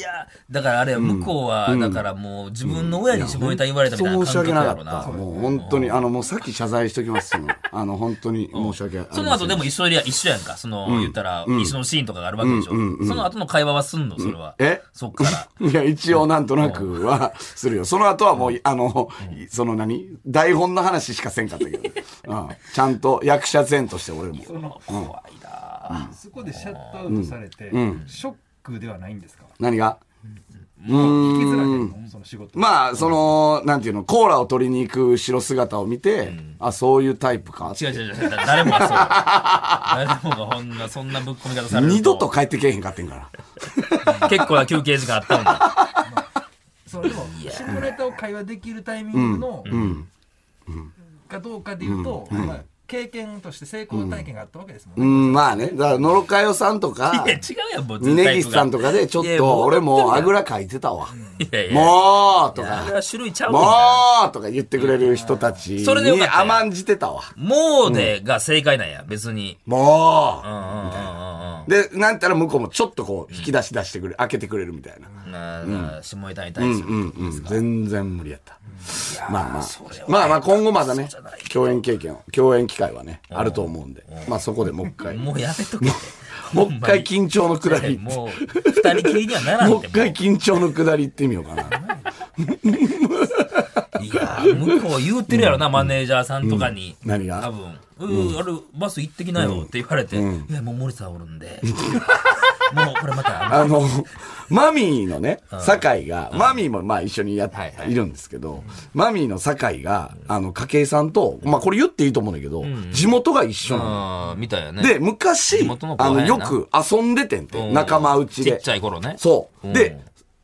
[SPEAKER 3] や、だからあれ、向こうは、だからもう自分の親に下ネタ言われたみたい
[SPEAKER 4] 申
[SPEAKER 3] な
[SPEAKER 4] し
[SPEAKER 3] 感覚
[SPEAKER 4] 訳な
[SPEAKER 3] や
[SPEAKER 4] か
[SPEAKER 3] ろ
[SPEAKER 4] った。
[SPEAKER 3] な。
[SPEAKER 4] もう本当に、あの、もうさっき謝罪しときます。そのあの、本当に申し訳ありません
[SPEAKER 3] その後でも一緒や、一緒やんか。その、言ったら、一緒のシーンとかがあるわけでしょ。その後の会話はすんの、それは。
[SPEAKER 4] え
[SPEAKER 3] そっから。
[SPEAKER 4] いや、一応なんとなくはするよ。その後はもう、あの、その何台本の話しかせんかったけ ど。うんちゃんと役者前として俺も。
[SPEAKER 5] その
[SPEAKER 3] 怖いなぁ
[SPEAKER 5] そこでシャットアウトされて、ショックではないんですか
[SPEAKER 4] 何が
[SPEAKER 5] 生きづらいのその仕事
[SPEAKER 4] まあ、その、なんていうの、コーラを取りに行く後ろ姿を見て、あ、そういうタイプか。
[SPEAKER 3] 違う違う違う、だ誰もがそう。誰もがほんな、そんなぶっ込み方される
[SPEAKER 4] 二度と帰ってけえへんかってんから。
[SPEAKER 3] 結構な休憩時間あったの
[SPEAKER 5] それでも下ネタを会話できるタイミングの、かどうかでいうと、まあ、経験として成功体験があったわけですもんね、
[SPEAKER 4] うん、まあね。だから、野呂佳代さんとか
[SPEAKER 3] に。いや、、違うやん、もう
[SPEAKER 4] 峯岸さんとかで、ちょっと、俺もうあぐらかいてたわ。
[SPEAKER 3] いやいや、も
[SPEAKER 4] もうと
[SPEAKER 3] う、あ
[SPEAKER 4] か
[SPEAKER 3] れ、は種類ちゃう
[SPEAKER 4] も
[SPEAKER 3] も
[SPEAKER 4] うとか言ってくれる人たち
[SPEAKER 3] それでよか
[SPEAKER 4] に
[SPEAKER 3] ったよ
[SPEAKER 4] 甘んじてたわ。
[SPEAKER 3] もうでが正解なんや、別に。
[SPEAKER 4] も
[SPEAKER 3] うんうんうんうんうん
[SPEAKER 4] うで、なんたら向こうもちょっとこう、引き出し出してくれ、開けてくれるみたいな。
[SPEAKER 3] なな下ネタに対
[SPEAKER 4] うん
[SPEAKER 3] する。
[SPEAKER 4] うんうん。全然無理やった。まあまあ。まあまあ今後まだね、共演経験を、共演機会はね、あると思うんで。まあそこでもう一回。も
[SPEAKER 3] もうやめとけ。
[SPEAKER 4] う一回緊張のくだり。も
[SPEAKER 3] もう、二人きりにはならん
[SPEAKER 4] う
[SPEAKER 3] って。
[SPEAKER 4] 一回緊張のくだり行ってみようかな。
[SPEAKER 3] いや、向こう言うてるやろな、マネージャーさんとかに。
[SPEAKER 4] 何が
[SPEAKER 3] 多分、うん、あれ、バス行ってきなよって言われて、いや、もう森さんおるんで。 もう、これまた、
[SPEAKER 4] あの、マミーのね、酒井が、マミーもまあ一緒にやっ
[SPEAKER 3] はいはい
[SPEAKER 4] いるんですけど、マミーの酒井が、あの、筧さんと、まあこれ言っていいと思うんだけど、地元が一緒なの。
[SPEAKER 3] あーみたいやね。
[SPEAKER 4] で、昔、
[SPEAKER 3] 元の後
[SPEAKER 4] あ
[SPEAKER 3] 輩
[SPEAKER 4] の、
[SPEAKER 3] やな
[SPEAKER 4] よく遊んでてん
[SPEAKER 3] う
[SPEAKER 4] て、
[SPEAKER 3] ん
[SPEAKER 4] 仲間内で。
[SPEAKER 3] ちっちゃい頃ね。
[SPEAKER 4] そう。
[SPEAKER 3] うん
[SPEAKER 4] で、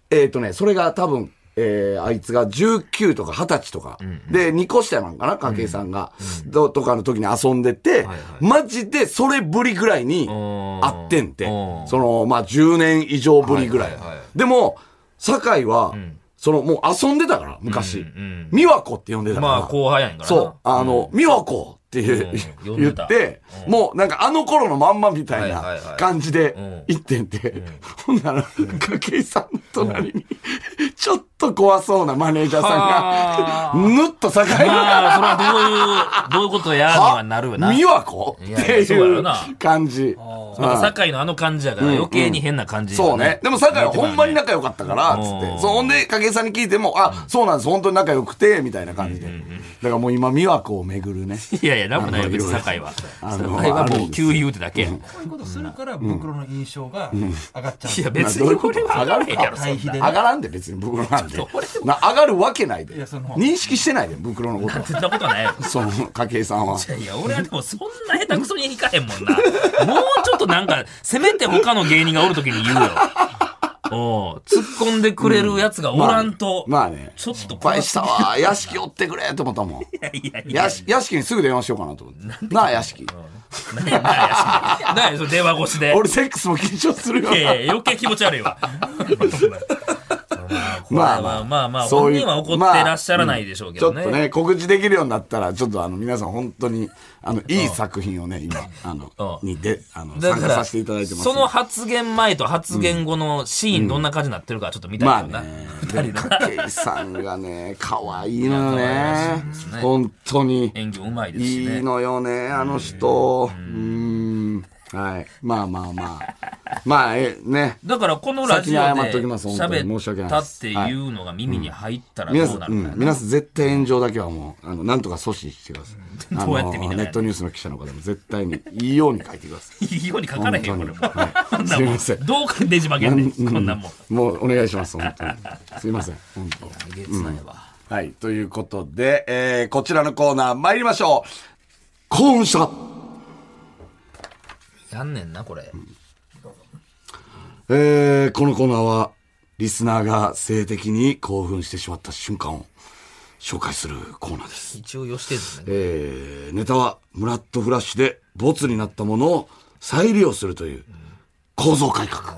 [SPEAKER 4] えっ、とね、それが多分、えー、あいつが19とか20歳とか、で、2個下なんかな、筧さんが、どとかの時に遊んでて、
[SPEAKER 3] はい
[SPEAKER 4] マジでそれぶりぐらいに
[SPEAKER 3] ん
[SPEAKER 4] 会ってんて
[SPEAKER 3] う、ん
[SPEAKER 4] その、まあ、10年以上ぶりぐらい。
[SPEAKER 3] はいはいはい
[SPEAKER 4] でも、酒井は、その、もう遊んでたから、昔。美和子って呼んでたから。
[SPEAKER 3] まあ、後輩やんからな。
[SPEAKER 4] そう。あの、美和子っっていう
[SPEAKER 3] う ん
[SPEAKER 4] 言って、もうなんかあの頃のまんまみたいな
[SPEAKER 3] はいはいはい
[SPEAKER 4] 感じで
[SPEAKER 3] うん
[SPEAKER 4] 行ってんて、ほんなら、筧さんの隣に、ちょっと怖そうなマネージャーさ
[SPEAKER 3] は
[SPEAKER 4] んが、ぬっと境に、
[SPEAKER 3] まあ、それはどういう、どういうことや、にはなるよな。
[SPEAKER 4] 美和子
[SPEAKER 3] い
[SPEAKER 4] っ
[SPEAKER 3] や
[SPEAKER 4] て
[SPEAKER 3] そうや
[SPEAKER 4] い
[SPEAKER 3] ろ
[SPEAKER 4] う
[SPEAKER 3] な
[SPEAKER 4] 感じ。
[SPEAKER 3] まあ酒井のあの感じやから余計に変な感じ、
[SPEAKER 4] そうね。でも、酒井はほんまに
[SPEAKER 3] な
[SPEAKER 4] 仲良かったから、つって。そう、ほんで、筧さんに聞いても、あ、そうなんです、本当に仲良くて、みたいな感じで。だからもう今、美和子を巡るね。
[SPEAKER 3] いやいや、なんもないよ、別に酒井は。
[SPEAKER 4] あ
[SPEAKER 3] 酒井
[SPEAKER 4] の
[SPEAKER 3] は
[SPEAKER 4] ある
[SPEAKER 3] も
[SPEAKER 4] んで
[SPEAKER 3] う
[SPEAKER 4] す
[SPEAKER 3] 旧友ってだけや。い
[SPEAKER 5] こういうことするから袋の印象が上がっちゃうんです
[SPEAKER 3] や、
[SPEAKER 5] よ。
[SPEAKER 3] 別にこれは上がらへんやろ、そん
[SPEAKER 5] 対比
[SPEAKER 3] な。
[SPEAKER 5] でね
[SPEAKER 4] 上がらんで、別に、袋なんで。な上がるわけないで。
[SPEAKER 5] いやその
[SPEAKER 4] 認識してないで、袋のことは。
[SPEAKER 3] そんなことないよ。
[SPEAKER 4] その、筧さんは。
[SPEAKER 3] いや、俺はでもそんな下手くそにいかへんもんな。もうちょっとなんか、せめて他の芸人がおるときに言うよ。おう突っ込んでくれるやつ がおらんと、
[SPEAKER 4] まあね。
[SPEAKER 3] ちょっと
[SPEAKER 4] 失敗したわ。屋敷おってくれと思ったもん。
[SPEAKER 3] いやいや、
[SPEAKER 4] 屋敷屋敷にすぐ電話しようかなと思って。なあ、屋敷。
[SPEAKER 3] なんや、なんやなんやその電話越しで。
[SPEAKER 4] 俺、セックスも緊張するよ
[SPEAKER 3] い。やいや、余計気持ち悪いわ。まあまあまあまあ、
[SPEAKER 4] そう
[SPEAKER 3] 本
[SPEAKER 4] いう
[SPEAKER 3] 人は怒ってらっしゃらないでしょうけど
[SPEAKER 4] ちょ
[SPEAKER 3] ね。
[SPEAKER 4] っとね、告知できるようになったら、ちょっとあの、皆さん本当に、あの、いい作品をね、今、あの、
[SPEAKER 3] うん
[SPEAKER 4] にで、あの、
[SPEAKER 3] だか
[SPEAKER 4] 参加
[SPEAKER 3] ら
[SPEAKER 4] させていただいてます。
[SPEAKER 3] その発言前と発言後のシーンどんな感じになってるかちょっと見た
[SPEAKER 4] ま
[SPEAKER 3] い
[SPEAKER 4] あ
[SPEAKER 3] けどな。
[SPEAKER 4] ね、
[SPEAKER 3] 二人な
[SPEAKER 4] 筧さん がね、可愛いの
[SPEAKER 3] い
[SPEAKER 4] よ
[SPEAKER 3] や可愛らし
[SPEAKER 4] ね
[SPEAKER 3] いですね。
[SPEAKER 4] 本当に。
[SPEAKER 3] 演技うまいですし
[SPEAKER 4] いい
[SPEAKER 3] ね。
[SPEAKER 4] のよね、あの人。うーん。はい。まあまあまあ。まあ、え、ね。
[SPEAKER 3] だからこのラジオで
[SPEAKER 4] 先に謝っときます本当に
[SPEAKER 3] 喋
[SPEAKER 4] 申し訳な
[SPEAKER 3] っ
[SPEAKER 4] い
[SPEAKER 3] た
[SPEAKER 4] で
[SPEAKER 3] っ
[SPEAKER 4] す
[SPEAKER 3] ていうのが耳に入ったらど
[SPEAKER 4] 皆
[SPEAKER 3] う
[SPEAKER 4] さ、
[SPEAKER 3] なんるか
[SPEAKER 4] うん
[SPEAKER 3] やな。
[SPEAKER 4] 皆さん絶対炎上だけはもう、あの、なんとか阻止してください。あ の
[SPEAKER 3] どうやって見ながらやる
[SPEAKER 4] ネットニュースの記者の方も絶対に、いいように書いてください。
[SPEAKER 3] いいように書かれへんよ、これも。 こんな
[SPEAKER 4] すい
[SPEAKER 3] もん
[SPEAKER 4] ません
[SPEAKER 3] どうかねじ曲げんねん、 こんなもん。
[SPEAKER 4] もうお願いします、本 当に。すいません、本当。
[SPEAKER 3] 月内は。
[SPEAKER 4] はい、ということで、えー、こちらのコーナー参りましょう。幸運した
[SPEAKER 3] やんねんな、これ。
[SPEAKER 4] えー、このコーナーは、リスナーが性的に興奮してしまった瞬間を紹介するコーナーです。
[SPEAKER 3] 一応よしてるね。
[SPEAKER 4] えー、ネタは、ムラットフラッシュでボツになったものを再利用するという構造改革。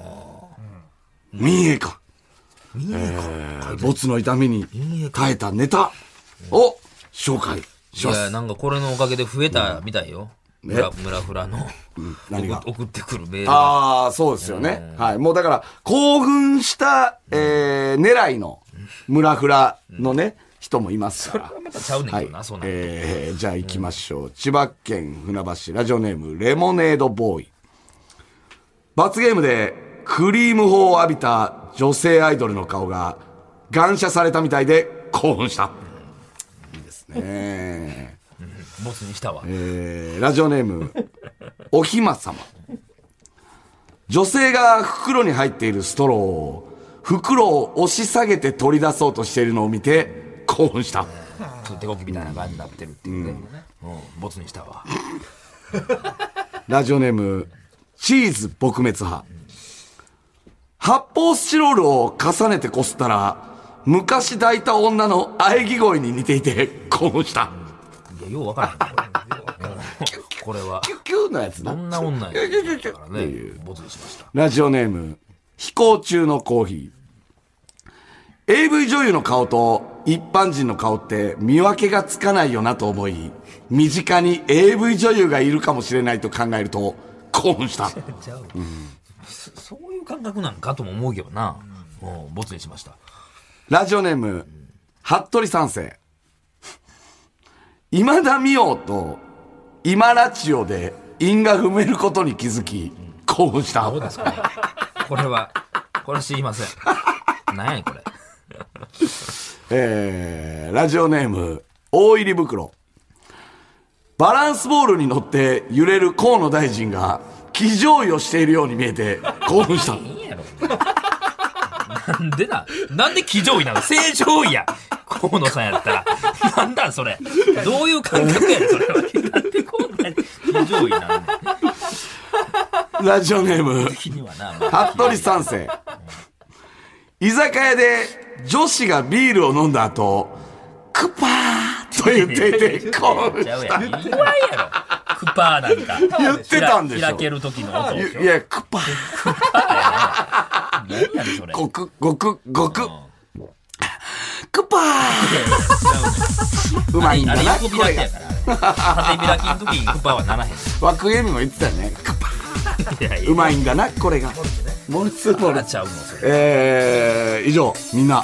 [SPEAKER 4] 民営化。
[SPEAKER 3] 見えるか。
[SPEAKER 4] えーボツの痛みに耐えたネタを紹介し
[SPEAKER 3] い
[SPEAKER 4] ま
[SPEAKER 3] や、
[SPEAKER 4] す。
[SPEAKER 3] なんかこれのおかげで増えたみたいよ。
[SPEAKER 4] んね
[SPEAKER 3] 村村フラの
[SPEAKER 4] 何が
[SPEAKER 3] 送送ってくるメールが。
[SPEAKER 4] ああ、そうですよね。はい。もうだから、興奮した、えー、狙いの、村フラのね、人もいますから。
[SPEAKER 3] ちゃうねんけどな、
[SPEAKER 4] はい
[SPEAKER 3] そうなんだ
[SPEAKER 4] えーじゃあ行きましょう、千葉県船橋ラジオネームレモネードボーイ罰ゲームでクリーム砲を浴びた女性アイドルの顔が感謝されたみたいで興奮したいいですね
[SPEAKER 3] ボスにしたわ。
[SPEAKER 4] えーラジオネーム おひまさま女性が袋に入っているストローを袋を押し下げて取り出そうとしているのを見て興奮した
[SPEAKER 3] ちょっと手こきみたいな感じになってるっていうね。うん、ボツにしたわ。
[SPEAKER 4] ラジオネーム、チーズ撲滅派。発泡スチロールを重ねてこすったら、昔抱いた女の喘ぎ声に似ていて、興奮した。
[SPEAKER 3] いや、ようわからん ない。うんこれは、
[SPEAKER 4] キュッキューのやつ
[SPEAKER 3] ど
[SPEAKER 4] な。
[SPEAKER 3] んな女やだからね、ボツにしました。
[SPEAKER 4] ラジオネーム、飛行中のコーヒー。AV 女優の顔と一般人の顔って見分けがつかないよなと思い、身近に AV 女優がいるかもしれないと考えると、興奮した。
[SPEAKER 3] ちゃう、そそういう感覚なんかとも思うけどな。うん、ボツにしました。
[SPEAKER 4] ラジオネーム、服部三世。今田美桜と今ラチオで因が踏めることに気づき、興奮した
[SPEAKER 3] ど。うですかね これは、これは知りません。なんやねんこれ。
[SPEAKER 4] えー、ラジオネーム、大入り袋。バランスボールに乗って揺れる河野大臣が、騎乗位をしているように見えて、興奮した。
[SPEAKER 3] いいやろ。なんでな、なんで騎乗位なの正常位や。河野さんやったら。なんだそれ。どういう感覚やねん、それは。なんでこんなに騎乗位なの
[SPEAKER 4] ラジオネーム、
[SPEAKER 3] 気にはな、まあ
[SPEAKER 4] 服部三世。居酒屋で女子がビールを飲んだ後、クパーと言っていて、こう
[SPEAKER 3] ちゃうやん。言わんやろ。クパーなんか。
[SPEAKER 4] 言ってたんでしょ
[SPEAKER 3] ひら開ける時の音。
[SPEAKER 4] いや、クパー、
[SPEAKER 3] 何やねん、それ。
[SPEAKER 4] ごく、ごく、ごく、クパーうまいんだ
[SPEAKER 3] あれ
[SPEAKER 4] な、
[SPEAKER 3] 横開き
[SPEAKER 4] これが
[SPEAKER 3] や。から。あれ縦開きの時にクッパはならへん。
[SPEAKER 4] 枠エミも言ってたよね。クパ
[SPEAKER 3] いやいや
[SPEAKER 4] うまいんだな、これが。モルツモル
[SPEAKER 3] 笑っちゃうもん、それ。
[SPEAKER 4] えー、以上、みんな、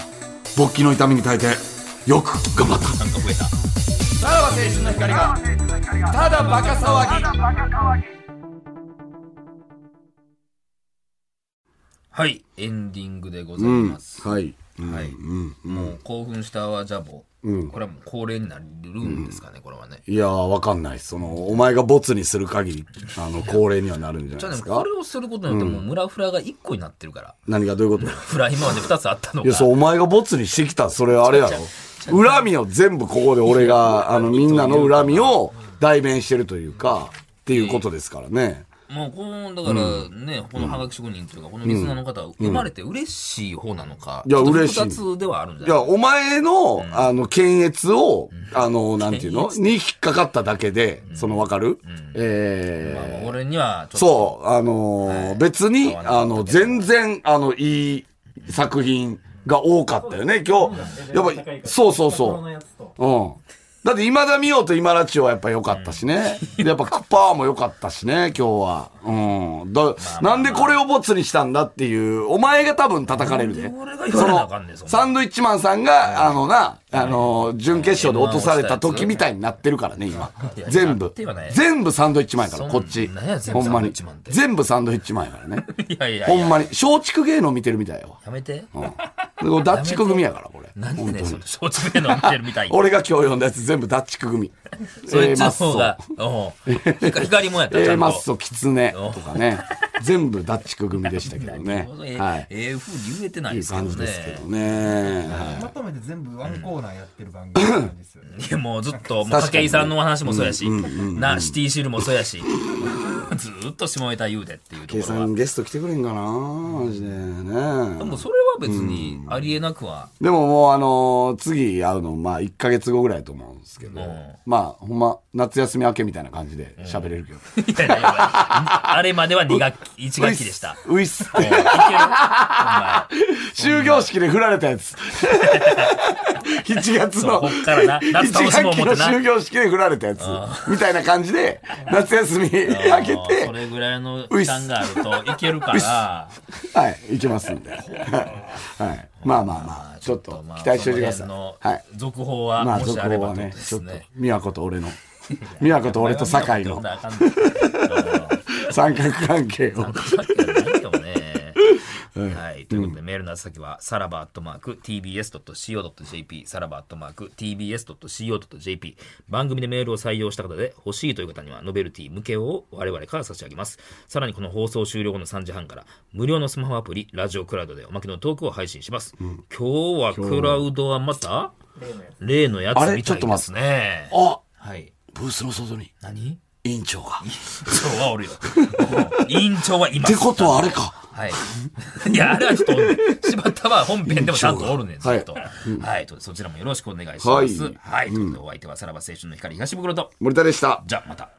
[SPEAKER 4] 勃起の痛みに耐えて、よく頑張った。
[SPEAKER 3] なんか増えた。
[SPEAKER 4] さらば青春の光が、ただバカ騒ぎ。
[SPEAKER 3] はい、エンディングでございます。
[SPEAKER 4] はい。
[SPEAKER 3] はい、もう興奮したはジャボ、これはもう恒例になるんですかね、これはね。
[SPEAKER 4] いやー、わかんないです。その、お前がボツにする限り、あの、恒例にはなるんじゃ
[SPEAKER 3] じ
[SPEAKER 4] な
[SPEAKER 3] ゃ
[SPEAKER 4] い
[SPEAKER 3] あ
[SPEAKER 4] で
[SPEAKER 3] ね、
[SPEAKER 4] すか
[SPEAKER 3] これ。をすることによって、もう村フラが1個になってるから、
[SPEAKER 4] 何がどういうこと
[SPEAKER 3] フラ今まで2つあったの
[SPEAKER 4] いや、
[SPEAKER 3] が、
[SPEAKER 4] そう、お前がボツにしてきた、それあれ やろ。恨みを全部ここで俺が、あの、みんなの恨みを代弁してるというか、っていうことですからね。
[SPEAKER 3] もうこの、だからね、このハガキ職人というか、このリスナーの方は生まれて嬉しい方なのか、
[SPEAKER 4] いや
[SPEAKER 3] ちょっと
[SPEAKER 4] 嬉しい
[SPEAKER 3] 複雑ではあるんじゃ
[SPEAKER 4] いや、
[SPEAKER 3] ない
[SPEAKER 4] お前の、あの、検閲を、あの、なんていうの
[SPEAKER 3] 検
[SPEAKER 4] に引っかかっただけで、その、わかる
[SPEAKER 3] まあ
[SPEAKER 4] えー
[SPEAKER 3] 俺にはちょっと、
[SPEAKER 4] そう、あのー、別に、
[SPEAKER 3] 合わなかった
[SPEAKER 4] あ
[SPEAKER 3] けど
[SPEAKER 4] の、全然、あの、いい作品が多かったよね、今日。やっぱ、そうそうそう。
[SPEAKER 5] のやつと
[SPEAKER 4] うん。だって今田美桜と今田千代はやっぱ良かったしね。でやっぱクッパーも良かったしね、今日は。うん。だ、なんでこれをボツにしたんだっていう、お前が多分叩かれるで。
[SPEAKER 3] 俺が言われなあかんねんそんな
[SPEAKER 4] サンドイッチマンさんが、あのな、あの、準決勝で落とされた時みたいになってるからね、今
[SPEAKER 3] いや。
[SPEAKER 4] 全
[SPEAKER 3] なっ
[SPEAKER 4] 部
[SPEAKER 3] てはない。
[SPEAKER 4] 全部サンドイッチマンやから、
[SPEAKER 3] そ
[SPEAKER 4] こ
[SPEAKER 3] ん
[SPEAKER 4] っち
[SPEAKER 3] なんや。全部
[SPEAKER 4] ほんま
[SPEAKER 3] サンドイ
[SPEAKER 4] に
[SPEAKER 3] ッチマンっ。て
[SPEAKER 4] 全部サンドイッチマンやからね。
[SPEAKER 3] いやいやいや、
[SPEAKER 4] ほんまに。松竹芸能見てるみたいやわ。
[SPEAKER 3] やめて。
[SPEAKER 4] うん。ダッチク組やから、これ。
[SPEAKER 3] なんで
[SPEAKER 4] 本当
[SPEAKER 3] ね、
[SPEAKER 4] に
[SPEAKER 3] その松竹芸能見てるみたいに。
[SPEAKER 4] 俺が今日読んだやつ全部ダッチク組。
[SPEAKER 3] そ
[SPEAKER 4] え
[SPEAKER 3] れ
[SPEAKER 4] ー
[SPEAKER 3] ちの
[SPEAKER 4] マッソ
[SPEAKER 3] 方が、うん。光もやった、ち
[SPEAKER 4] え
[SPEAKER 3] ゃ
[SPEAKER 4] ー
[SPEAKER 3] ん
[SPEAKER 4] マッ
[SPEAKER 3] と。
[SPEAKER 4] ソ、キツネとかね。全部ダッチク組でしたけどね
[SPEAKER 3] え。
[SPEAKER 4] はい。
[SPEAKER 3] ええ風に言えてない
[SPEAKER 4] い
[SPEAKER 3] で
[SPEAKER 4] う
[SPEAKER 3] すけど
[SPEAKER 4] 感じですけど
[SPEAKER 3] ね。
[SPEAKER 4] ね。はい
[SPEAKER 5] まとめて全部ワンコーナーやってる番組なん ですよね
[SPEAKER 3] いやもうずっと、もう
[SPEAKER 4] 確か
[SPEAKER 3] 武
[SPEAKER 4] に
[SPEAKER 3] 井さんのお話もそうやし、な、シティシルもそうやし、 ずーっと下ネタ言うでっていうと
[SPEAKER 4] 計
[SPEAKER 3] ころは。
[SPEAKER 4] 算ゲスト来てくれんかなマジで
[SPEAKER 3] でも
[SPEAKER 4] ね。
[SPEAKER 3] それは別にありえなくは、
[SPEAKER 4] でももうあのー次会うの、まあ1ヶ月後ぐらいと思うんですけど
[SPEAKER 3] ん。
[SPEAKER 4] まあほんま、夏休み明けみたいな感じで喋れるけど。
[SPEAKER 3] いやいやいやあれまでは2学期、1学期でした。
[SPEAKER 4] う いっす。う
[SPEAKER 3] う
[SPEAKER 4] い
[SPEAKER 3] ん
[SPEAKER 4] っ
[SPEAKER 3] い
[SPEAKER 4] す
[SPEAKER 3] けるお前
[SPEAKER 4] 終業式で振られたやつ。7月
[SPEAKER 3] そう
[SPEAKER 4] の。
[SPEAKER 3] こっからな夏楽しもう思ってな
[SPEAKER 4] 1学期の終業式で振られたやつ。みたいな感じで、夏休み
[SPEAKER 3] あ
[SPEAKER 4] 明け
[SPEAKER 3] のそ
[SPEAKER 4] て、
[SPEAKER 3] れぐらいの期間があるといけるから、
[SPEAKER 4] はい、行きますんで。はい。まあまあまあ、ちょっと
[SPEAKER 3] まあ
[SPEAKER 4] 期待しておいてください。
[SPEAKER 3] その
[SPEAKER 4] は
[SPEAKER 3] 辺
[SPEAKER 4] い
[SPEAKER 3] の。続報は、
[SPEAKER 4] まあ、
[SPEAKER 3] も
[SPEAKER 4] 続
[SPEAKER 3] しあれ
[SPEAKER 4] 報
[SPEAKER 3] ば
[SPEAKER 4] は
[SPEAKER 3] という
[SPEAKER 4] ね
[SPEAKER 3] こ、とです
[SPEAKER 4] ちょっと
[SPEAKER 3] ね。、
[SPEAKER 4] 美和子と俺の、美和子と俺と酒井の
[SPEAKER 3] あかんね
[SPEAKER 4] 三角関係を。
[SPEAKER 3] さっきはないよね。はい。ということで、メールの宛先は、さらばアットマーク tbs.co.jp、さらばアットマーク tbs.co.jp。番組でメールを採用した方で、欲しいという方には、ノベルティ向けを我々から差し上げます。さらに、この放送終了後の3時半から、無料のスマホアプリ、ラジオクラウドでおまけのトークを配信します。今日はクラウドはまた、例のやつ
[SPEAKER 4] あれ
[SPEAKER 3] みたいですね。
[SPEAKER 4] あ
[SPEAKER 3] はい。
[SPEAKER 4] ブースの外に、
[SPEAKER 3] 何
[SPEAKER 4] 委員長が。っ
[SPEAKER 3] そうはおるよ。うん委員長はいます。
[SPEAKER 4] てことはあれか。
[SPEAKER 3] はい。 いや、あれは人おるねん。柴田は本編でもちゃんとおるねん、ずっと。
[SPEAKER 4] は
[SPEAKER 3] はい。とそちらもよろしくお願いします。
[SPEAKER 4] はい
[SPEAKER 3] はい。ということで、お相手はさらば青春の光東袋と。
[SPEAKER 4] 森田でした。
[SPEAKER 3] じゃあ、また。